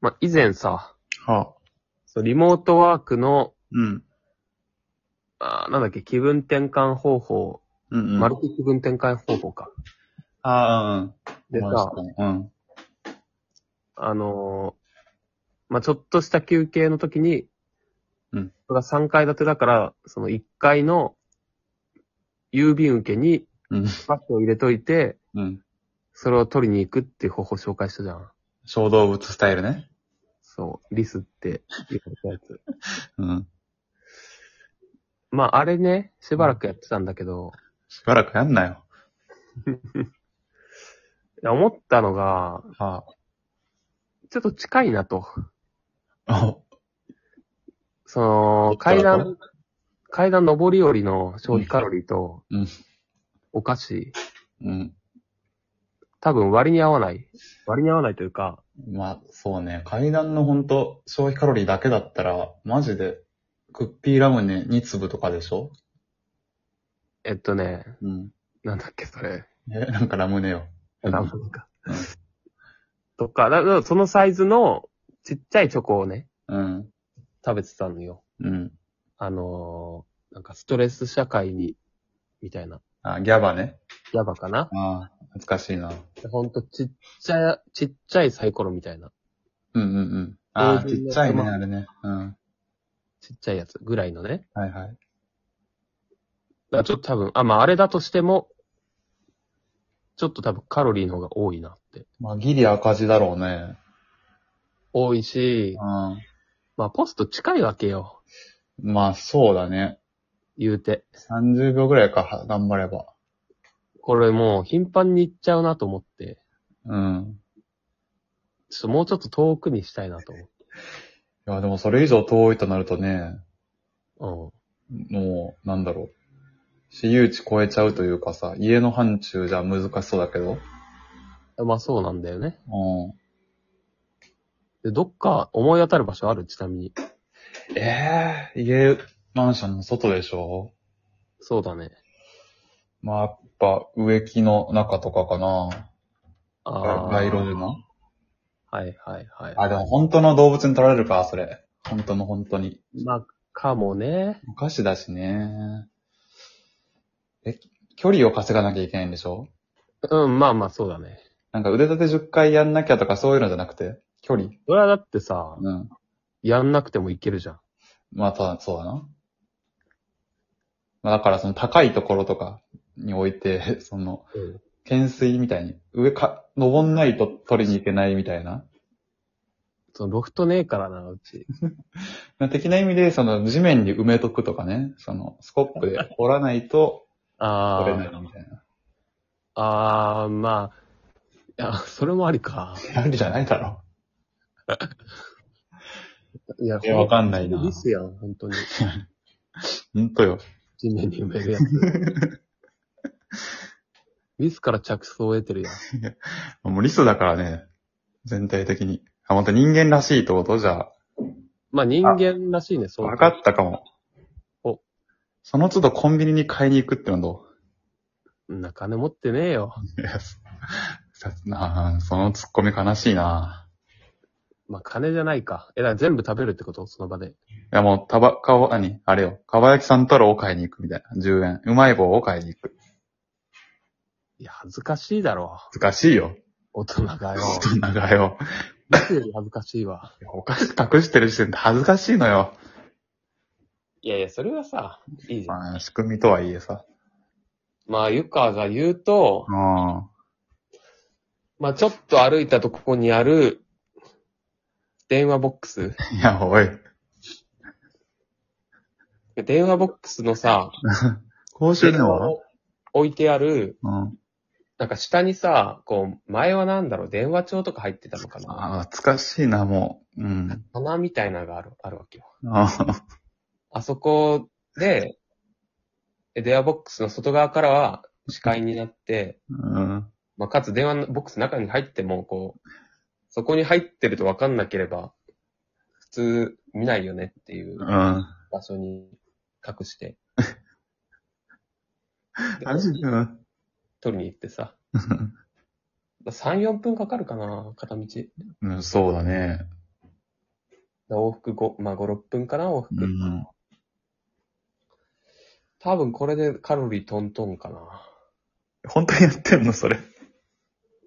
まあ、以前さ、はあ、そうリモートワークの、うん。あーなんだっけ、気分転換方法、うん、うん。マルチ気分転換方法か。ああ、うん。でさ、うん。あのーまあ、ちょっとした休憩の時に、うん。それが3階建てだから、その1階の郵便受けにうん。バッグを入れといて、うん。それを取りに行くっていう方法紹介したじゃん。小動物スタイルね。そう、リスって言われたやつ。うん。まあ、あれね、しばらくやってたんだけど、しばらくやんなよ。いや思ったのが、はちょっと近いなと。あ。おその、ちょっ階とだけ段、階段上り下りの消費カロリーとうん、お菓子、 うん。多分割に合わない。割に合わないというか、まあ、そうね。階段のほんと、消費カロリーだけだったら、マジで、クッピーラムネ2粒とかでしょえっとね、うん。なんだっけそれ。え、なんかラムネよ。ラムネかうん。とか、だからそのサイズのちっちゃいチョコをね、うん。食べてたのよ。うん。あのー、なんかストレス社会に、みたいな。あ、ギャバね。やばかなああ、懐かしいな。ほんとちっちゃい、ちっちゃいサイコロみたいな。うんうんうん。ああ、同ち時っにちゃいね、まああれね。うん。ちっちゃいやつぐらいのね。はいはい。だからちょっと多分、あ、まあ、あれだとしても、ちょっと多分カロリーの方が多いなって。まあ、ギリ赤字だろうね。多いし、うん。まあ、ポスト近いわけよ。まあ、そうだね。言うて。 30秒ぐらいか、は頑張れば。これもう頻繁に行っちゃうなと思って、うん。ちょっともうちょっと遠くにしたいなといや、でもそれ以上遠いとなるとね、思って。もう、なんだろう。私有地超えちゃうというかさ、家の範疇じゃ難しそうだけど。うん。まあ、そうなんだよね。うん。で、どっか思い当たる場所あるちなみに。ええ家、マンションの外でしょそうだね。まあ、やっぱ植木の中とかかな。ああ。街路樹の。はいはいはい。あ、でも本当の動物に取られるか、それ。本当の本当に。まあ、かもね。お菓子だしね。え、距離を稼がなきゃいけないんでしょうん、まあまあそうだね。なんか腕立て10回やんなきゃとかそういうのじゃなくて、距離。それはだってさ、うん。やんなくてもいけるじゃん。まあ、ただ、そうだな。まあ、だからその高いところとかにおいて、 その、うん。懸垂みたいに、上か、登んないと取りに行けないみたいな。そのロフトねえからな、うち。的な意味で、その地面に埋めとくとかね、その、スコップで掘らないとあ取れないーみ たいな。あー、まあ、いや、 それもありか。ありじゃないだろ。いやいやわかんないなミスやん、本当に。ほんとよ。地面に埋めるやつ。 ミスから着想を得てるやん。もうリスだからね、全体的に。あ、また人間らしいってことじゃあ、まあ人間らしいね、そう。わかったかも。お。その都度コンビニに買いに行くってのはどんな金持ってねえよ。う いや、そさなあそのツッコミ悲しいなまあ金じゃないか。え、だから全部食べるってことその場で。いや、もう、たば、かわ、何あれよ。かば焼きさん太郎を買いに行くみたいな。10円。うまい棒を買いに行く。いや、恥ずかしいだろ。難しいよ。大人 がよ。大人がよ。ミスより恥ずかしいわ。いやお菓子隠してる時点で恥ずかしいのよ。いやいや、それはさ、いいじゃん。まあ、仕組みとはいえさ。まあ、ゆかが言うと、うん。まあちょっと歩いたとここにある、電話ボックス。いや、おい。電話ボックスのさ、公衆電話置いてある、うん。なんか下にさ、こう、前はなんだろう、電話帳とか入ってたのかなああ、懐かしいな、もう。うん。棚みたいなのがある、あるわけよ。ああ、あそこで、え電話ボックスの外側からは視界になって、うん。まあ、かつ電話のボックスの中に入っても、こう、そこに入ってるとわかんなければ、普通見ないよねっていう。うん。場所に隠 して。でマジでうん。取りに行ってさ。3、4分かかるかな片道。うん、そうだね。往復5、まあ5、6分かな往復。うん。多分これでカロリートントンかな。本当にやってんのそれ。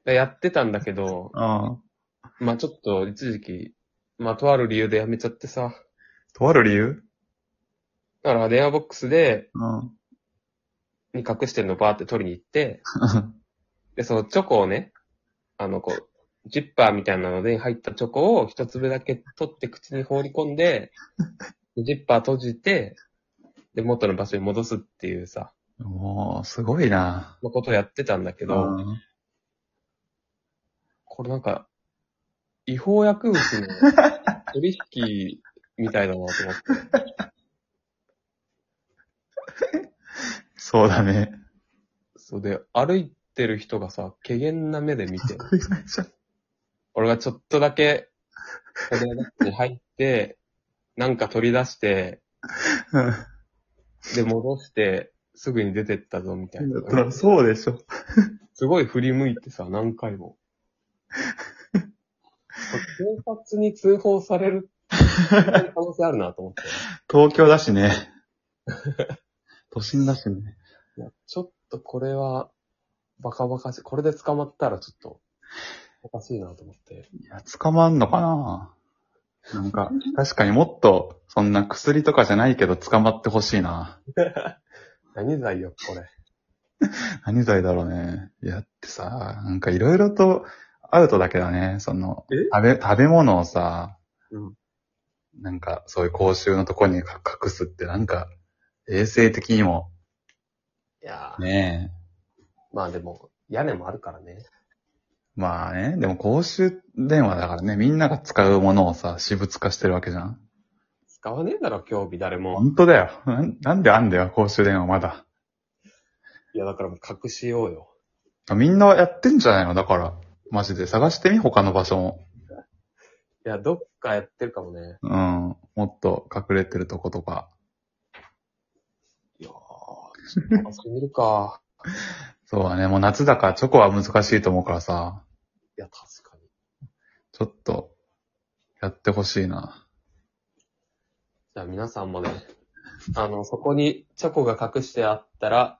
でやってたんだけど、ああ。まあちょっと一時期、まあとある理由でやめちゃってさ。とある理由だから電話ボックスで、 うん。に隠してるのバーって取りに行って、で、そのチョコをね、あの、こう、ジッパーみたいなので入ったチョコを一粒だけ取って口に放り込んで、でジッパー閉じて、で、元の場所に戻すっていうさ、もう、すごいな。のことをやってたんだけけど、これなんか、違法薬物の取引みたいだなと思って。そうだね。 そうで、歩いてる人がさ、怪げな目で見 て、当たり前じゃん俺がちょっとだけ、これだって入って、なんか取り出して、うんで、戻して、すぐに出てったぞ、みたいな。そりゃそうでしょ。すごい振り向いてさ、何回 も。警察に通報される可能性あるなと思って。東京だしね。 都心だしね。いや、ちょっとこれは、バカバカしい。これで捕まったらちょっと、おかしいなと思って。いや、捕まんのかななんか、確かにもっと、そんな薬とかじゃないけど捕まってほしいな。何罪よ、これ。何罪だろうね。いやだってさ、なんかいろいろとアウトだけどね、その、え食べ、食べ物をさ、うんなんかそういう公衆のとこにか隠すってなんか、衛生的にも、いやーねえ。まあでも、屋根もあるからね。まあね、でも公衆電話だからね、みんなが使うものをさ、私物化してるわけじゃん。使わねえだろ、興味誰も。本当だよ。なんなんであんだよ、公衆電話まだ。いや、だからもう隠しようよ。みんなやってんじゃないのだから。マジで探してみ、他の場所も。いや、どっかやってるかもね。うん。もっと隠れてるとことか。いやー、ちょっと遊んでるか。そうだね。もう夏だからチョコは難しいと思うからさ、いや、確かに。ちょっと、やってほしいな。じゃあ皆さんもね、あの、そこにチョコが隠してあったら、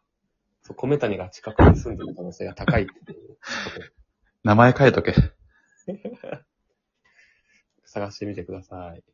そう米谷が近くに住んでる可能性が高いっていう名前書いとけ。探してみてください。